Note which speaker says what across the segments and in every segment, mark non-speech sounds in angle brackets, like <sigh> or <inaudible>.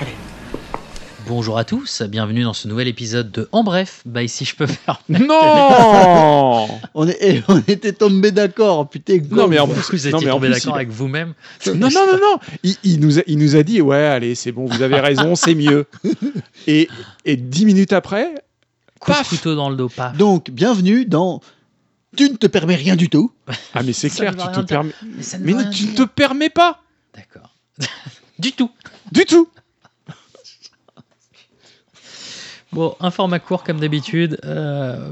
Speaker 1: Allez.
Speaker 2: Bonjour à tous, bienvenue dans ce nouvel épisode de En bref, bah ici je peux faire.
Speaker 3: Non
Speaker 4: On, est- <laughs> eh, on était tombé d'accord, putain.
Speaker 3: Non, mais en plus-
Speaker 2: Vous étiez
Speaker 3: non, mais en
Speaker 2: tombé
Speaker 3: plus,
Speaker 2: d'accord
Speaker 3: il-
Speaker 2: avec vous-même.
Speaker 3: Non, non, non, non. Il, il nous a, il nous a dit, ouais, allez, c'est bon, vous avez raison, c'est mieux. Et, et dix minutes après,
Speaker 2: Coup de
Speaker 3: Paf
Speaker 2: couteau dans le dos, paf.
Speaker 4: Donc, bienvenue dans Tu ne te permets rien du tout.
Speaker 3: ah mais c'est
Speaker 2: Ça
Speaker 3: clair,
Speaker 2: ne
Speaker 3: tu
Speaker 2: veut
Speaker 3: te
Speaker 2: rien dire.
Speaker 3: permets,
Speaker 2: Mais ça ne
Speaker 3: mais
Speaker 2: veut
Speaker 3: non,
Speaker 2: rien
Speaker 3: tu ne
Speaker 2: dire.
Speaker 3: te permets pas
Speaker 2: D'accord. <laughs> du tout.
Speaker 3: du tout.
Speaker 2: Bon, un format court comme d'habitude. euh,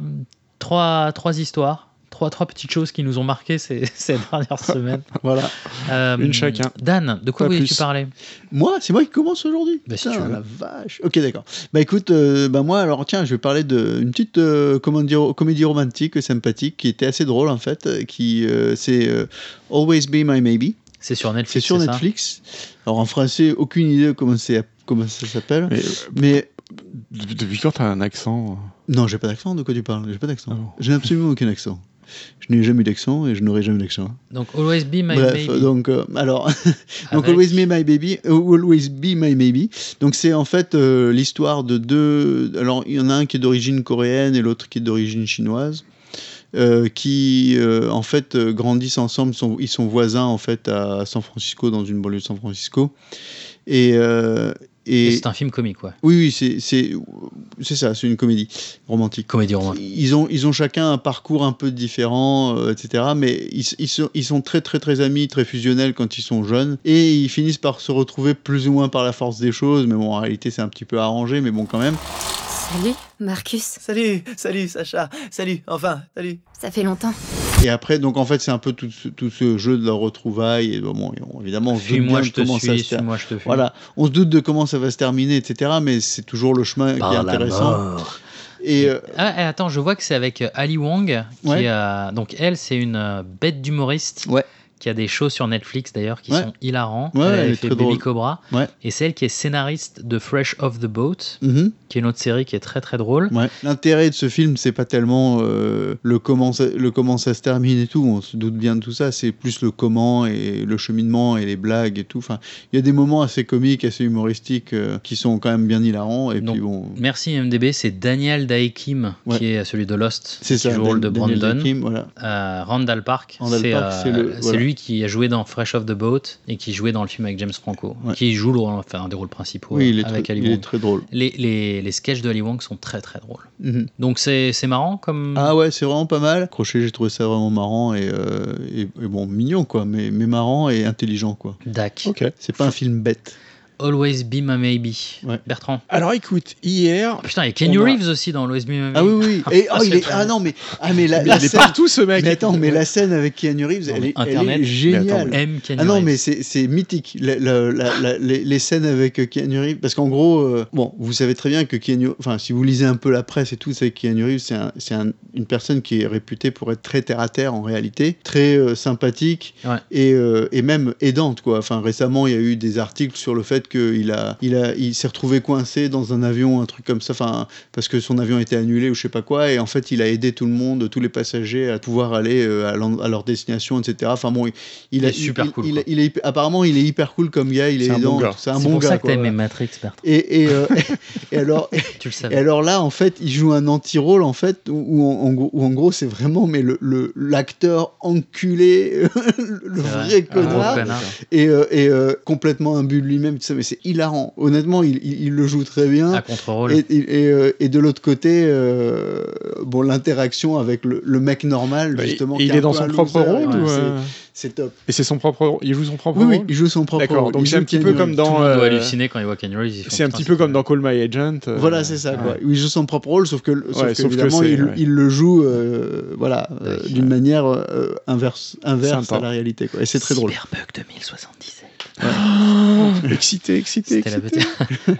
Speaker 2: trois, trois histoires. Trois, trois petites choses qui nous ont marqué ces, <laughs> ces
Speaker 3: <laughs>
Speaker 2: dernières semaines.
Speaker 4: Voilà.
Speaker 2: Euh,
Speaker 3: Une chacun.
Speaker 2: Dan, de quoi
Speaker 3: Pas
Speaker 2: voulais-tu
Speaker 3: plus.
Speaker 2: parler
Speaker 4: Moi, c'est moi qui commence aujourd'hui.
Speaker 2: Bah, si
Speaker 4: Putain,
Speaker 2: tu veux.
Speaker 4: la vache. Ok, d'accord. Bah écoute, euh, bah moi, alors tiens, je vais parler d'une petite euh, comment dire, comédie romantique euh, sympathique qui était assez drôle en fait, euh, qui euh, c'est euh, Always Be My Maybe.
Speaker 2: C'est sur Netflix.
Speaker 4: C'est sur
Speaker 2: ça
Speaker 4: Netflix. Alors en français, aucune idée de comment c'est comment ça s'appelle.
Speaker 3: Mais
Speaker 4: Mais euh,
Speaker 3: d- depuis quand t'as un accent
Speaker 4: non, j'ai pas d'accent. De quoi tu parles J'ai pas d'accent.
Speaker 3: Ah bon.
Speaker 4: J'ai absolument aucun accent. Je n'ai jamais eu d'accent et je n'aurai jamais d'accent.
Speaker 2: Donc, Always Be My
Speaker 4: Bref,
Speaker 2: Baby.
Speaker 4: donc euh, alors <laughs> Donc
Speaker 2: avec-
Speaker 4: Always Be My Baby, euh, Always Be My Baby. Donc c'est en fait euh, l'histoire de deux. Alors il y en a un qui est d'origine coréenne et l'autre qui est d'origine chinoise, euh, qui euh, en fait euh, grandissent ensemble. sont- ils sont voisins en fait à San Francisco dans une banlieue de San Francisco. Et, euh,
Speaker 2: Et
Speaker 4: et,
Speaker 2: C'est un film comique, ouais.
Speaker 4: oui oui c'est c'est c'est ça, c'est une comédie romantique.
Speaker 2: Comédie romantique.
Speaker 4: Ils ont, ils ont chacun un parcours un peu différent, euh, etc. Mais ils, ils sont, ils sont très, très, très amis, très fusionnels quand ils sont jeunes. Et ils finissent par se retrouver plus ou moins par la force des choses. Mais bon, en réalité, c'est un petit peu arrangé, mais bon, quand même.
Speaker 5: Salut, Marcus.
Speaker 6: Salut, salut Sacha, salut, enfin, salut.
Speaker 5: Ça fait longtemps.
Speaker 4: Et après, donc en fait, c'est un peu tout ce, tout ce jeu de la retrouvaille. Et bon, bon, évidemment, on se doute
Speaker 2: Suis-moi,
Speaker 4: bien de
Speaker 2: je te
Speaker 4: comment ça
Speaker 2: suis.
Speaker 4: se termine.
Speaker 2: Suis-moi, je te fuis.
Speaker 4: Voilà, on se doute de comment ça va se terminer, etc. Mais c'est toujours le chemin qui est
Speaker 2: Par la
Speaker 4: intéressant.
Speaker 2: mort.
Speaker 4: Et euh,
Speaker 2: Ah, et attends, je vois que c'est avec euh, Ali Wong. Qui,
Speaker 4: Ouais.
Speaker 2: euh, donc, elle, c'est une euh, bête d'humoriste.
Speaker 4: Ouais.
Speaker 2: Qui a des shows sur Netflix d'ailleurs qui
Speaker 4: Ouais.
Speaker 2: sont hilarants.
Speaker 4: Ouais,
Speaker 2: elle
Speaker 4: elle
Speaker 2: avait
Speaker 4: est
Speaker 2: fait
Speaker 4: très
Speaker 2: Baby
Speaker 4: drôle.
Speaker 2: Cobra.
Speaker 4: Ouais.
Speaker 2: Et c'est elle qui est scénariste de Fresh Off the Boat,
Speaker 4: mhm.
Speaker 2: qui est une autre série qui est très très drôle.
Speaker 4: Ouais. L'intérêt de ce film, c'est pas tellement euh, le, comment ça, le comment ça se termine et tout, on se doute bien de tout ça, c'est plus le comment et le cheminement et les blagues et tout. Enfin, il y a des moments assez comiques, assez humoristiques euh, qui sont quand même bien hilarants. Et
Speaker 2: Non.
Speaker 4: puis bon,
Speaker 2: Merci MDB, c'est Daniel Day Kim
Speaker 4: Ouais.
Speaker 2: qui est celui de Lost,
Speaker 4: c'est
Speaker 2: qui
Speaker 4: ça.
Speaker 2: joue le rôle de
Speaker 4: Daniel
Speaker 2: Brandon.
Speaker 4: Radcliffe, voilà.
Speaker 2: Euh, Randall Park,
Speaker 4: Randall
Speaker 2: c'est
Speaker 4: Park,
Speaker 2: euh,
Speaker 4: c'est le-
Speaker 2: c'est
Speaker 4: voilà.
Speaker 2: lui qui a joué dans Fresh Off the Boat et qui jouait dans le film avec James Franco,
Speaker 4: Ouais.
Speaker 2: qui joue le rôle- enfin, un des rôles principaux
Speaker 4: Oui,
Speaker 2: euh,
Speaker 4: il est,
Speaker 2: avec
Speaker 4: très,
Speaker 2: Ali
Speaker 4: il est
Speaker 2: Wong.
Speaker 4: très drôle.
Speaker 2: Les, les, les sketchs de Ali Wong sont très très drôles.
Speaker 4: Mhm.
Speaker 2: Donc c'est c'est marrant comme.
Speaker 4: Ah ouais, c'est vraiment pas mal. Crochet, j'ai trouvé ça vraiment marrant et, euh, et- et bon, mignon quoi, mais, mais marrant et intelligent quoi.
Speaker 2: Dac.
Speaker 3: Ok.
Speaker 4: C'est pas un film bête.
Speaker 2: Always Be My Maybe.
Speaker 4: Ouais.
Speaker 2: Bertrand.
Speaker 3: Alors écoute, hier,
Speaker 2: Ah, putain, il y a Kenny
Speaker 3: On a-
Speaker 2: Reeves aussi dans Always Be My Maybe.
Speaker 4: Ah oui, oui. Et,
Speaker 2: <laughs>
Speaker 4: oh,
Speaker 2: Ah,
Speaker 4: il
Speaker 2: c'est
Speaker 4: est-
Speaker 2: pas-
Speaker 4: ah non, mais, ah, mais la,
Speaker 3: il
Speaker 4: la
Speaker 3: est
Speaker 4: scène-
Speaker 3: partout ce mec.
Speaker 4: Mais attends, mais la scène avec Keanu Reeves,
Speaker 2: Non,
Speaker 4: elle,
Speaker 2: mais
Speaker 4: est, elle est
Speaker 2: Internet.
Speaker 3: Mais attends,
Speaker 4: géniale.
Speaker 2: M Kenny
Speaker 4: Ah non,
Speaker 2: Reeves.
Speaker 4: mais c'est c'est mythique, la- la- la- la- les, les scènes avec Keanu Reeves. Parce qu'en gros, euh, bon, vous savez très bien que Keanu, enfin, si vous lisez un peu la presse et tout, c'est que Keanu Reeves, c'est un- c'est un- une personne qui est réputée pour être très terre à terre en réalité, très euh, sympathique
Speaker 2: Ouais.
Speaker 4: et, euh, et même aidante, quoi. Enfin, récemment, il y a eu des articles sur le fait qu'il a, il a, il s'est retrouvé coincé dans un avion, un truc comme ça, enfin, parce que son avion était annulé ou je sais pas quoi, et en fait, il a aidé tout le monde, tous les passagers à pouvoir aller euh, à, l'en- à leur destination, etc. Enfin, bon, il,
Speaker 2: Il
Speaker 4: a
Speaker 2: est super
Speaker 4: il-
Speaker 2: cool,
Speaker 4: il-
Speaker 2: quoi.
Speaker 4: il est hyper- apparemment, il est hyper cool comme gars. Il est,
Speaker 3: C'est un bon
Speaker 4: aidant,
Speaker 3: gars.
Speaker 4: C'est un
Speaker 2: C'est
Speaker 4: bon
Speaker 2: pour
Speaker 4: gars.
Speaker 2: ça que
Speaker 4: quoi,
Speaker 2: t'as aimé
Speaker 4: voilà.
Speaker 2: Matrix, Bertrand.
Speaker 4: Et, et, euh, <laughs> et
Speaker 2: <laughs>
Speaker 4: alors,
Speaker 2: Tu le
Speaker 4: et
Speaker 2: savais.
Speaker 4: alors là, en fait, il joue un anti-rôle, en fait, où, où en- en, gros- où en gros, c'est vraiment mais le- le- l'acteur enculé, <laughs> le
Speaker 2: C'est vrai.
Speaker 4: vrai
Speaker 2: Un gros
Speaker 4: connard,
Speaker 2: connard.
Speaker 4: et, euh, et, euh, complètement imbu de lui-même, tout ça, mais c'est hilarant. Honnêtement, il, il- il le joue très bien.
Speaker 2: À contre-rôle.
Speaker 4: Et, et- et, euh, et de l'autre côté, euh, bon, l'interaction avec le, le mec normal,
Speaker 3: Bah, il-
Speaker 4: justement.
Speaker 3: il
Speaker 4: qui
Speaker 3: est
Speaker 4: un
Speaker 3: dans
Speaker 4: peu
Speaker 3: son
Speaker 4: un
Speaker 3: propre
Speaker 4: loser,
Speaker 3: rôle
Speaker 4: ouais,
Speaker 3: ou,
Speaker 4: c'est-
Speaker 3: euh,
Speaker 4: C'est top.
Speaker 3: Et c'est son propre rôle. Il joue son propre
Speaker 4: Oui, oui,
Speaker 3: rôle.
Speaker 4: il joue son propre
Speaker 3: D'accord.
Speaker 4: rôle.
Speaker 3: Donc
Speaker 4: Il
Speaker 3: c'est
Speaker 4: joue
Speaker 3: un petit peu
Speaker 4: Keanu Reeves.
Speaker 3: comme
Speaker 2: Tout
Speaker 3: dans.
Speaker 2: le monde doit
Speaker 3: euh,
Speaker 2: halluciner quand il voit Kenny Reeves. ils font,
Speaker 3: C'est un
Speaker 2: putain,
Speaker 3: petit peu comme dans Call My Agent. euh,
Speaker 4: Voilà, c'est ça. Quoi.
Speaker 3: ouais.
Speaker 4: Il joue son propre rôle, sauf que, sauf
Speaker 3: Ouais,
Speaker 4: que,
Speaker 3: sauf que
Speaker 4: évidemment,
Speaker 3: c'est-
Speaker 4: il,
Speaker 3: ouais.
Speaker 4: il le joue euh, voilà, euh,
Speaker 2: Ouais.
Speaker 4: d'une manière euh, inverse, inverse
Speaker 3: Sympa.
Speaker 4: à la réalité. Quoi. Et c'est très drôle.
Speaker 2: Cyberbug 2077.
Speaker 4: excité, excité,
Speaker 2: C'était
Speaker 4: excité.
Speaker 2: la bête.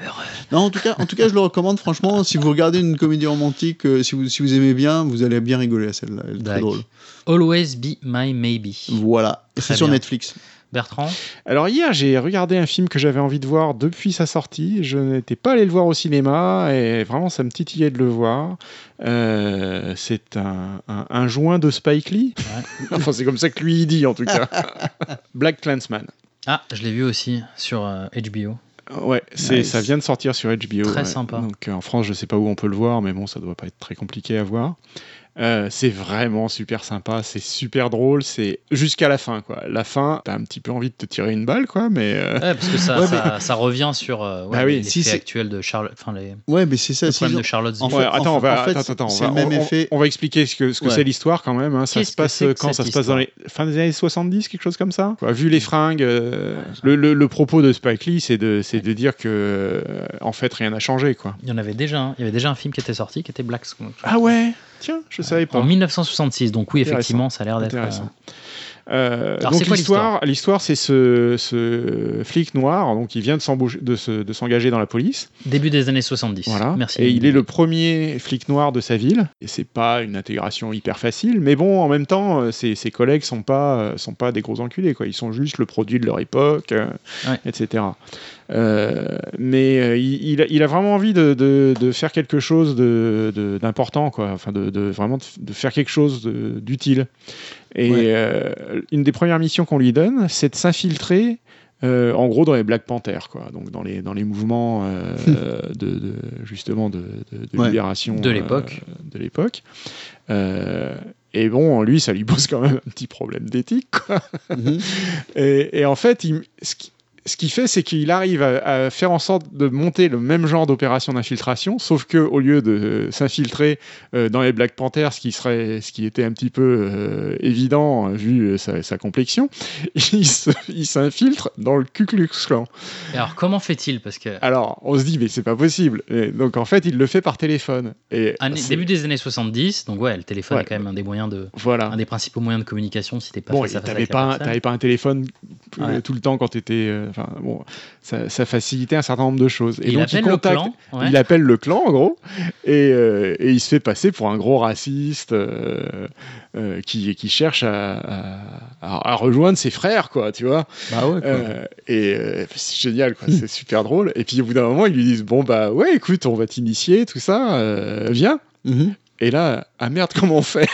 Speaker 4: Non, en tout cas, en tout cas, je le recommande franchement. Si vous regardez une comédie romantique, euh, si vous si vous aimez bien, vous allez bien rigoler à celle-là. Elle est très
Speaker 2: Dac.
Speaker 4: drôle.
Speaker 2: Always be my maybe.
Speaker 4: Voilà. Et
Speaker 2: Très
Speaker 4: C'est sur
Speaker 2: bien.
Speaker 4: Netflix.
Speaker 2: Bertrand,
Speaker 3: Alors hier, j'ai regardé un film que j'avais envie de voir depuis sa sortie. Je n'étais pas allé le voir au cinéma et vraiment, ça me titillait de le voir. Euh, c'est un, un- un joint de Spike Lee. <laughs> enfin, c'est comme ça que lui il dit en
Speaker 2: <laughs>
Speaker 3: tout cas. Black Clansman.
Speaker 2: ah, je l'ai vu aussi sur euh, HBO.
Speaker 3: Ouais, c'est
Speaker 4: Nice.
Speaker 3: ça vient de sortir sur HBO.
Speaker 2: Très
Speaker 3: ouais.
Speaker 2: sympa.
Speaker 3: Donc euh, en France, je sais pas où on peut le voir, mais bon, ça doit pas être très compliqué à voir. Euh, c'est vraiment super sympa, c'est super drôle, c'est jusqu'à la fin quoi. La fin, t'as un petit peu envie de te tirer une balle quoi, mais euh,
Speaker 2: Ouais, parce que ça,
Speaker 4: Ouais,
Speaker 2: ça, ça revient sur euh, ouais,
Speaker 3: Bah oui,
Speaker 2: les
Speaker 4: si
Speaker 2: faits
Speaker 4: c'est-
Speaker 2: actuels de Charlotte. Enfin, les
Speaker 4: Ouais, mais c'est ça.
Speaker 2: le
Speaker 4: si
Speaker 2: problème
Speaker 4: genre-
Speaker 2: de Charlotte.
Speaker 4: en
Speaker 2: Zimmer.
Speaker 4: fait-
Speaker 3: ouais, attends, on
Speaker 4: en
Speaker 3: va,
Speaker 4: fait,
Speaker 3: attends, attends, on
Speaker 4: c'est
Speaker 3: va-
Speaker 4: le même
Speaker 3: on- on-
Speaker 4: effet.
Speaker 3: on va expliquer ce que, ce que
Speaker 4: Ouais.
Speaker 3: c'est l'histoire quand même. hein. Ça
Speaker 2: Qu'est-ce
Speaker 3: se
Speaker 2: que
Speaker 3: passe
Speaker 2: c'est que
Speaker 3: quand
Speaker 2: cette
Speaker 3: Ça se passe dans
Speaker 2: histoire
Speaker 3: les fins des années 70, quelque chose comme ça Quoi, Vu les fringues, euh, le, le- le propos de Spike Lee, c'est de, c'est de dire que euh, en fait rien n'a changé quoi.
Speaker 2: Il y en avait déjà. un. Il y avait déjà un film qui était sorti, qui était Black Swan.
Speaker 3: Ah ouais Tiens, je savais pas.
Speaker 2: En 1966, donc oui,
Speaker 3: Intéressant.
Speaker 2: effectivement, ça a l'air d'être.
Speaker 3: Intéressant.
Speaker 2: euh,
Speaker 3: Euh,
Speaker 2: Alors, c'est
Speaker 3: donc
Speaker 2: quoi
Speaker 3: l'histoire, l'histoire, c'est ce, ce flic noir, donc il vient de s'embaucher- de se- de s'engager dans la police,
Speaker 2: euh, début des années 70.
Speaker 3: voilà.
Speaker 2: Merci.
Speaker 3: Et il est le premier flic noir de sa ville. Et c'est pas une intégration hyper facile, mais bon, en même temps, euh, ses, ses collègues sont pas euh, sont pas des gros enculés quoi. Ils sont juste le produit de leur époque, euh,
Speaker 2: Ouais.
Speaker 3: etc. Euh, mais euh, il, il a, il a vraiment envie de, de- de faire quelque chose de- de- d'important, quoi. Enfin, de, de- vraiment de, de faire quelque chose de- d'utile. Et
Speaker 4: Ouais.
Speaker 3: euh, une des premières missions qu'on lui donne, c'est de s'infiltrer. euh, en gros, dans les Black Panthers, quoi. Donc, dans les dans les mouvements euh, de, de- justement de, de- de
Speaker 4: Ouais.
Speaker 3: libération
Speaker 2: De
Speaker 3: euh,
Speaker 2: l'époque.
Speaker 3: de l'époque. Euh, et bon, lui, ça lui pose quand même un petit problème d'éthique, quoi.
Speaker 4: Mhm.
Speaker 3: Et, et en fait, il- ce qui- ce qu'il fait, c'est qu'il arrive à, à faire en sorte de monter le même genre d'opération d'infiltration, sauf que au lieu de euh, s'infiltrer euh, dans les Black Panthers, ce qui serait, ce qui était un petit peu euh, évident euh, vu euh, sa, sa complexion, <laughs> il se- il s'infiltre dans le Ku Klux Klan.
Speaker 2: Et Alors comment fait-il Parce que
Speaker 3: Alors, on se dit, mais c'est pas possible. Et donc, en fait, il le fait par téléphone. Et
Speaker 2: année-
Speaker 3: Ah, c'est-
Speaker 2: début des années 70, donc ouais, le téléphone
Speaker 3: Ouais.
Speaker 2: est quand même un des moyens de,
Speaker 3: voilà.
Speaker 2: un des principaux moyens de communication si t'es pas
Speaker 3: Bon,
Speaker 2: face à face
Speaker 3: t'avais
Speaker 2: avec la
Speaker 3: pas, un-
Speaker 2: personne.
Speaker 3: t'avais pas un téléphone euh,
Speaker 2: Ouais.
Speaker 3: tout le temps quand t'étais. euh, Enfin, bon, ça, ça facilitait un certain nombre de choses. Et
Speaker 2: il
Speaker 3: donc, il
Speaker 2: appelle le
Speaker 3: contacte.
Speaker 2: clan. ouais.
Speaker 3: Il appelle le clan, en gros, et, euh, et il se fait passer pour un gros raciste euh, euh, qui, qui cherche à, à- à- à rejoindre ses frères, quoi, tu vois.
Speaker 4: Bah ouais. quoi.
Speaker 3: Euh, et euh, c'est génial, quoi, c'est super drôle. Et puis au bout d'un moment, ils lui disent Bon, bah ouais, écoute, on va t'initier, tout ça, euh, viens.
Speaker 4: Mhm.
Speaker 3: Et là, ah merde, <laughs> comment on fait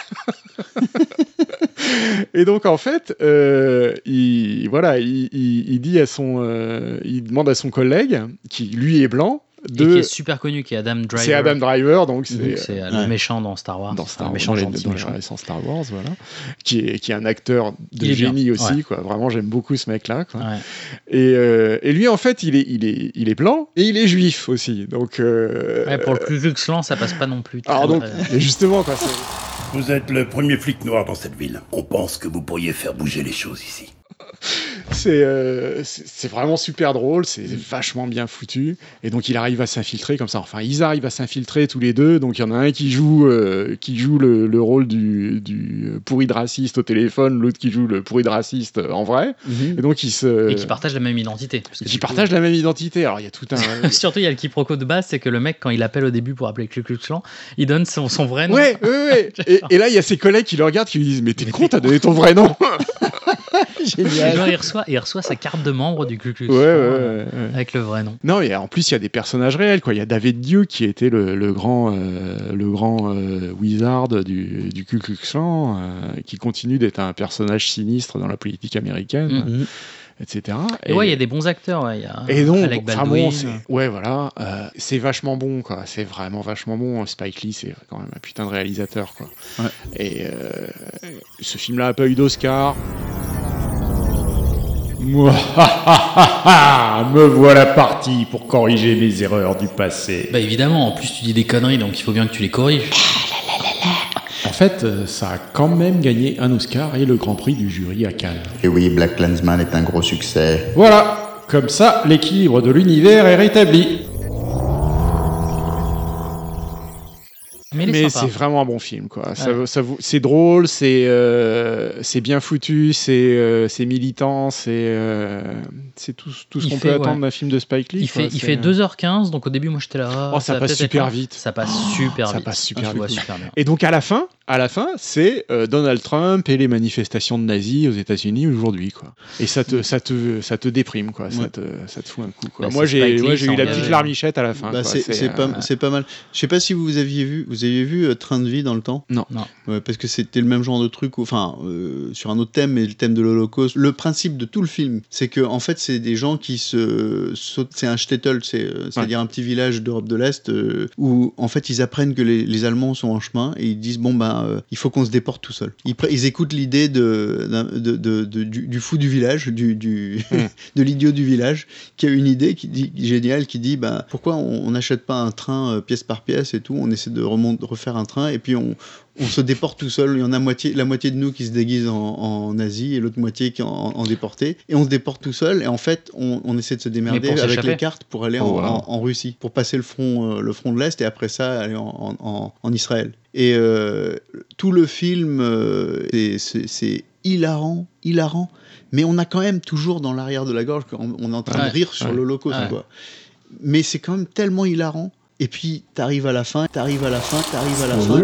Speaker 3: Et donc en fait, euh, il voilà, il, il- il dit à son, euh, il demande à son collègue qui lui est blanc
Speaker 2: Et qui
Speaker 3: de,
Speaker 2: est super connu, qui est Adam Driver.
Speaker 3: c'est Adam Driver, donc
Speaker 2: Donc,
Speaker 3: c'est
Speaker 2: C'est euh,
Speaker 4: ouais.
Speaker 2: le méchant dans Star Wars.
Speaker 3: dans
Speaker 2: un
Speaker 3: Star Wars,
Speaker 2: méchant
Speaker 3: dans les-
Speaker 2: gentil
Speaker 3: dans les
Speaker 2: méchant.
Speaker 3: récents Star Wars, voilà, qui est qui est un acteur de
Speaker 2: Il est bien,
Speaker 3: génie aussi,
Speaker 2: ouais.
Speaker 3: quoi. Vraiment, j'aime beaucoup ce mec-là. quoi.
Speaker 2: Ouais.
Speaker 3: Et, euh, et lui, en fait, il est il est il est blanc et il est juif aussi, donc. euh,
Speaker 2: Ouais, pour le plus luxe lent, ça passe pas non plus.
Speaker 3: alors
Speaker 2: Très, euh,
Speaker 3: donc,
Speaker 2: très-
Speaker 3: et justement, quoi, c'est-
Speaker 6: Vous êtes le premier flic noir dans cette ville. On pense que vous pourriez faire bouger les choses ici.
Speaker 3: C'est euh, c'est c'est vraiment super drôle, c'est vachement bien foutu. Et donc il arrive à s'infiltrer comme ça. Enfin, ils arrivent à s'infiltrer tous les deux. Donc il y en a un qui joue, euh, qui joue le, le rôle du, du pourri de raciste au téléphone, l'autre qui joue le pourri de raciste euh, en vrai.
Speaker 4: Mhm.
Speaker 3: Et donc ils se.
Speaker 2: Et qui partagent la même identité. parce que
Speaker 3: Euh, qui
Speaker 2: du coup-
Speaker 3: partagent la même identité. Alors il y a tout
Speaker 2: <laughs>
Speaker 3: un.
Speaker 2: Surtout, il y a le quiproquo de base, c'est que le mec, quand il appelle au début pour appeler Ku Klux Klan, il donne son, son vrai nom.
Speaker 3: Ouais, ouais, <laughs> ouais. Et, et là, il y a ses collègues qui le regardent, qui lui disent Mais t'es con, t'as donné ton vrai <laughs> nom
Speaker 2: Et genre,
Speaker 4: Génial.
Speaker 2: il reçoit, il reçoit sa carte de membre du Ku Klux
Speaker 3: Ouais,
Speaker 2: Klan,
Speaker 3: ouais,
Speaker 2: euh,
Speaker 3: ouais, ouais.
Speaker 2: avec le vrai nom.
Speaker 3: Non, et en plus, il y a des personnages réels. quoi. Il y a David Dieu qui était le, le grand, euh, le grand euh, wizard du, du Ku Klux Klan, euh, qui continue d'être un personnage sinistre dans la politique américaine,
Speaker 4: Mhm.
Speaker 3: etc.
Speaker 2: Et, ouais, il y a des bons acteurs. Ouais. Il y a
Speaker 3: et donc,
Speaker 2: Alec
Speaker 3: enfin,
Speaker 2: Baldwin. euh.
Speaker 3: bon, c'est- ouais, voilà, euh, c'est vachement bon, quoi. C'est vraiment vachement bon. Spike Lee, c'est quand même un putain de réalisateur, quoi.
Speaker 4: Ouais.
Speaker 3: Et euh, ce film-là a pas eu d'Oscar. Mouahahaha, <laughs> Me voilà parti pour corriger mes erreurs du passé.
Speaker 2: Bah évidemment, en plus tu dis des conneries, donc il faut bien que tu les corriges.
Speaker 3: En fait, euh, ça a quand même gagné un Oscar et le Grand Prix du jury à Cannes.
Speaker 7: Et oui, Black Klansman est un gros succès.
Speaker 3: Voilà, comme ça, l'équilibre de l'univers est rétabli.
Speaker 2: Mais il est
Speaker 3: Mais
Speaker 2: sympa.
Speaker 3: c'est vraiment un bon film, quoi. Ça,
Speaker 2: Ouais.
Speaker 3: ça vous- c'est drôle, c'est euh, c'est bien foutu, c'est euh, c'est militant, c'est euh, c'est tout, tout ce
Speaker 2: Il
Speaker 3: qu'on
Speaker 2: fait,
Speaker 3: peut attendre
Speaker 2: ouais.
Speaker 3: d'un film de Spike Lee.
Speaker 2: Il
Speaker 3: quoi.
Speaker 2: fait, il
Speaker 3: C'est- euh.
Speaker 2: fait 2h15, donc au début, moi j'étais là. ah,
Speaker 3: Oh, ça
Speaker 2: va
Speaker 3: passe
Speaker 2: peut-être être
Speaker 3: super
Speaker 2: long.
Speaker 3: vite. Oh,
Speaker 2: Ça passe super
Speaker 3: Ça
Speaker 2: vite.
Speaker 3: passe super
Speaker 2: Ça se voit
Speaker 3: vite.
Speaker 2: super bien.
Speaker 3: Et donc à la fin, à la fin, c'est euh, Donald Trump et les manifestations de nazis aux États-Unis aujourd'hui, quoi. Et ça te, ça te, ça te déprime, quoi. Ça
Speaker 4: Ouais.
Speaker 3: te, ça te fout un coup, quoi.
Speaker 2: Bah,
Speaker 3: moi
Speaker 2: c'est Spike
Speaker 3: j'ai,
Speaker 2: Lee,
Speaker 3: moi, j'ai
Speaker 2: ça
Speaker 3: eu la
Speaker 2: engage. euh,
Speaker 3: petite larmichette à la fin.
Speaker 4: Bah,
Speaker 3: quoi.
Speaker 4: c'est c'est
Speaker 3: euh,
Speaker 4: pas, c'est pas mal. Je sais pas si vous aviez vu, vous aviez vu euh, Train de vie dans le temps
Speaker 3: Non.
Speaker 2: Non.
Speaker 4: Ouais, parce que c'était le même genre de truc, enfin, euh, sur un autre thème, mais le thème de l'Holocauste. Le principe de tout le film, c'est que, en fait, c'est des gens qui se sautent. C'est un shtetl, c'est, euh, c'est-à-dire un petit village d'Europe de l'Est euh, où, en fait, ils apprennent que les, les Allemands sont en chemin et ils disent, bon, ben, euh, il faut qu'on se déporte tout seul. Ils, pr- ils écoutent l'idée de, d'un- de- de- de- du, du fou du village, du, du, de l'idiot du village, qui a une idée qui dit, géniale qui dit, ben, pourquoi on on n'achète pas un train euh, pièce par pièce et tout, on essaie de remont- refaire un train et puis on, on se déporte tout seul. Il y en a moitié, la moitié de nous qui se déguise en, en Asie et l'autre moitié qui est en, en déporté. Et on se déporte tout seul. Et en fait, on, on essaie de se démerder
Speaker 2: pour
Speaker 4: avec
Speaker 2: s'échapper.
Speaker 4: les cartes pour aller en,
Speaker 3: Oh, wow.
Speaker 4: en- en Russie, pour passer le front, euh, le front de l'Est et après ça aller en, en- en- en Israël. Et euh, tout le film, euh, c'est- c'est c'est hilarant, hilarant. Mais on a quand même toujours dans l'arrière de la gorge qu'on on est en train
Speaker 2: Ouais.
Speaker 4: de rire sur
Speaker 3: Ouais.
Speaker 4: l'Holocauste.
Speaker 2: Ouais.
Speaker 4: quoi. Mais c'est quand même tellement hilarant. Et puis, t'arrives à la fin, t'arrives à la fin, t'arrives à la fin.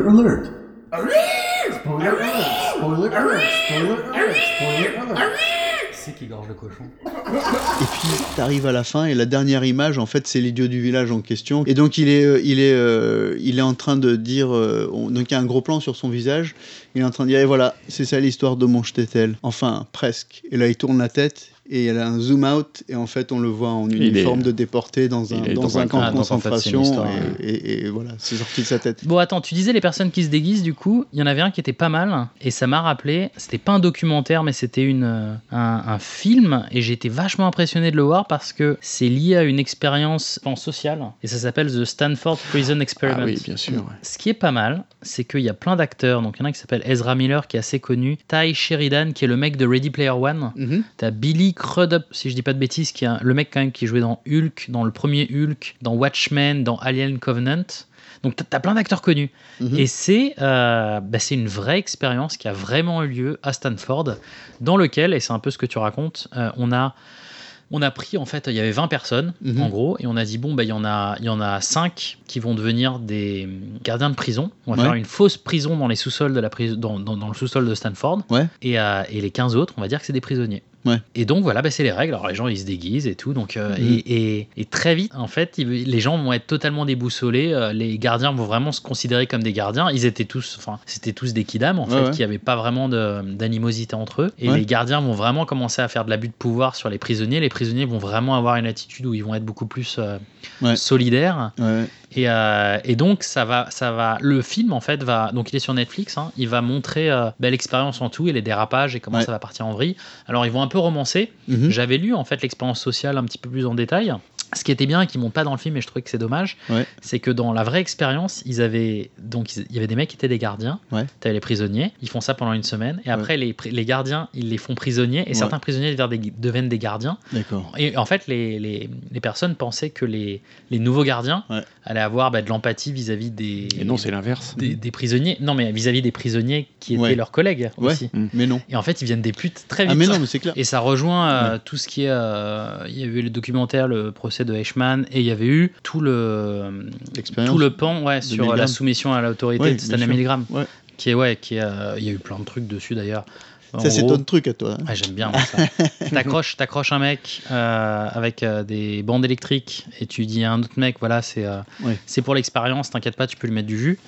Speaker 4: Et puis t'arrives à la fin et la dernière image en fait c'est l'idiot du village en question et donc il est euh, il est euh, il est en train de dire euh, on- donc il y a un gros plan sur son visage il est en train de dire et voilà c'est ça l'histoire de mon shtetl enfin presque et là il tourne la tête et il a un zoom out et en fait on le voit en
Speaker 3: Il est-
Speaker 4: uniforme de déporté dans un
Speaker 3: il est
Speaker 4: dans,
Speaker 3: dans
Speaker 4: un
Speaker 3: un
Speaker 4: camp
Speaker 2: camp.
Speaker 4: de
Speaker 2: Ah, donc, en fait, c'est une
Speaker 4: concentration
Speaker 2: histoire,
Speaker 4: et, et- et voilà c'est sorti de sa tête
Speaker 2: Bon, attends, tu disais les personnes qui se déguisent, du coup, il y en avait un qui était pas mal, et ça m'a rappelé, c'était pas un documentaire, mais c'était une, euh, un, un film, et j'ai été vachement impressionné de le voir parce que c'est lié à une expérience en sociale, et ça s'appelle The Stanford Prison Experiment.
Speaker 3: Ah oui, bien sûr. ouais.
Speaker 2: Ce qui est pas mal, c'est qu'il y a plein d'acteurs, donc il y en a un qui s'appelle Ezra Miller, qui est assez connu, Ty Sheridan, qui est le mec de Ready Player One,
Speaker 4: Mhm.
Speaker 2: T'as Billy Crudup, si je dis pas de bêtises, qui est un- le mec quand même qui jouait dans Hulk, dans le premier Hulk, dans Watchmen, dans Alien Covenant. Donc t'as- t'as plein d'acteurs connus.
Speaker 4: Mhm.
Speaker 2: Et c'est euh, bah, c'est une vraie expérience qui a vraiment eu lieu à Stanford, dans lequel, et c'est un peu ce que tu racontes, euh, on a on a pris en fait, il y avait 20 personnes
Speaker 4: Mhm.
Speaker 2: en gros, et on a dit bon bah il y en a il y en a 5 qui vont devenir des gardiens de prison. On va
Speaker 4: Ouais.
Speaker 2: faire une fausse prison dans les sous-sols de la prison, dans, dans- dans le sous-sol de Stanford.
Speaker 4: Ouais.
Speaker 2: Et, euh, et les 15 autres, on va dire que c'est des prisonniers.
Speaker 4: Ouais.
Speaker 2: Et donc voilà, bah, c'est les règles. Alors les gens ils se déguisent et tout, donc euh,
Speaker 4: Mhm.
Speaker 2: et, et- et très vite en fait ils- les gens vont être totalement déboussolés. euh, les gardiens vont vraiment se considérer comme des gardiens. Ils étaient tous, enfin c'était tous des kidam en
Speaker 4: Ouais,
Speaker 2: fait,
Speaker 4: ouais.
Speaker 2: qui n'avaient pas vraiment de- d'animosité entre eux. Et
Speaker 4: Ouais.
Speaker 2: les gardiens vont vraiment commencer à faire de l'abus de pouvoir sur les prisonniers. Les prisonniers vont vraiment avoir une attitude où ils vont être beaucoup plus euh,
Speaker 4: Ouais.
Speaker 2: solidaires.
Speaker 4: Ouais.
Speaker 2: Et, euh, et donc ça va, ça va. Le film en fait va, donc il est sur Netflix. hein, il va montrer euh, bah, l'expérience en tout et les dérapages et comment
Speaker 4: Ouais.
Speaker 2: ça va partir en vrille. Alors ils vont un peu romancer.
Speaker 4: Mhm.
Speaker 2: J'avais lu en fait l'expérience sociale un petit peu plus en détail. Ce qui était bien, et qui monte pas dans le film, et je trouvais que c'est dommage,
Speaker 4: Ouais.
Speaker 2: c'est que dans la vraie expérience, ils avaient donc ils- il y avait des mecs qui étaient des gardiens,
Speaker 4: Ouais.
Speaker 2: t'avais les prisonniers, ils font ça pendant une semaine, et après les, pri- les gardiens, ils les font prisonniers, et
Speaker 4: Ouais.
Speaker 2: certains prisonniers deviennent des, deviennent des gardiens.
Speaker 4: d'accord
Speaker 2: Et en fait, les, les- les personnes pensaient que les, les nouveaux gardiens
Speaker 4: Ouais.
Speaker 2: allaient avoir bah, de l'empathie vis-à-vis des,
Speaker 3: Et non, c'est l'inverse.
Speaker 2: des, des prisonniers, non mais vis-à-vis des prisonniers qui étaient
Speaker 4: Ouais.
Speaker 2: leurs collègues
Speaker 4: Ouais.
Speaker 2: aussi.
Speaker 4: mais non
Speaker 2: Et en fait, ils viennent des putes très vite.
Speaker 4: ah mais non mais c'est clair
Speaker 2: Et ça rejoint euh, tout ce qui est. euh, il y avait le documentaire, le procès de Eichmann, et il y avait eu tout le,
Speaker 4: l'expérience
Speaker 2: tout le pan ouais, sur
Speaker 4: Milgram.
Speaker 2: la soumission à l'autorité
Speaker 4: Ouais,
Speaker 2: de Stanley
Speaker 4: bien sûr.
Speaker 2: Milgram.
Speaker 4: Ouais.
Speaker 2: Qui est, ouais, qui est, euh, il y a eu plein de trucs dessus d'ailleurs. En
Speaker 4: ça c'est
Speaker 2: gros-
Speaker 4: ton truc à toi hein.
Speaker 2: Ouais, j'aime bien moi, ça.
Speaker 4: <laughs>
Speaker 2: t'accroches, t'accroches un mec euh, avec euh, des bandes électriques et tu dis à un autre mec, voilà, c'est euh,
Speaker 4: Ouais.
Speaker 2: c'est pour l'expérience, t'inquiète pas, tu peux lui mettre du jus.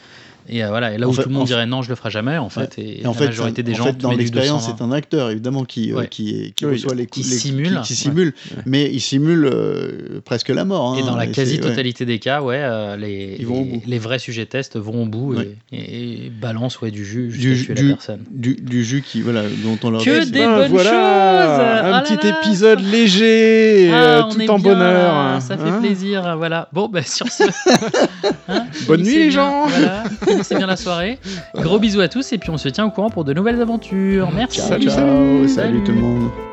Speaker 2: Et euh, voilà, et là
Speaker 4: En
Speaker 2: où
Speaker 4: fait-
Speaker 2: tout le monde
Speaker 4: en
Speaker 2: dirait non, je le ferai jamais, en fait, et,
Speaker 4: Et en
Speaker 2: la
Speaker 4: fait,
Speaker 2: majorité
Speaker 4: c'est-
Speaker 2: des
Speaker 4: en
Speaker 2: gens
Speaker 4: fait,
Speaker 2: te
Speaker 4: dans
Speaker 2: met du
Speaker 4: l'expérience,
Speaker 2: 220.
Speaker 4: c'est un acteur évidemment qui euh,
Speaker 2: Ouais.
Speaker 4: qui, est- qui
Speaker 3: Oui,
Speaker 4: reçoit les
Speaker 2: qui
Speaker 4: coups, les-
Speaker 2: simule.
Speaker 4: qui, simule, mais il simule euh, presque la mort.
Speaker 2: Et
Speaker 4: hein.
Speaker 2: dans la
Speaker 4: c'est-
Speaker 2: quasi-totalité des cas, ouais, euh, les,
Speaker 4: Ils vont au
Speaker 2: les-
Speaker 4: bout.
Speaker 2: les vrais sujets tests vont au bout et-
Speaker 4: Ouais.
Speaker 2: et, et balancent ouais, du jus jusqu'à
Speaker 4: Du jus-
Speaker 2: tuer
Speaker 4: du-
Speaker 2: la personne.
Speaker 4: ouais. du, du jus qui voilà dont on leur
Speaker 2: Que
Speaker 4: dit-
Speaker 2: des bonnes choses
Speaker 3: ben, Un
Speaker 2: Ah là
Speaker 3: petit
Speaker 2: là
Speaker 3: épisode léger,
Speaker 2: Ah,
Speaker 3: euh, tout en bonheur. hein.
Speaker 2: ça fait
Speaker 3: Hein
Speaker 2: plaisir, voilà. Bon, ben sur ce... hein,
Speaker 3: Bonne
Speaker 2: finissez
Speaker 3: nuit, les
Speaker 2: bien,
Speaker 3: gens.
Speaker 2: Voilà, finissez bien la soirée. Gros bisous à tous et puis on se tient au courant pour de nouvelles aventures. Merci
Speaker 4: Ciao, ciao, salut tout le monde.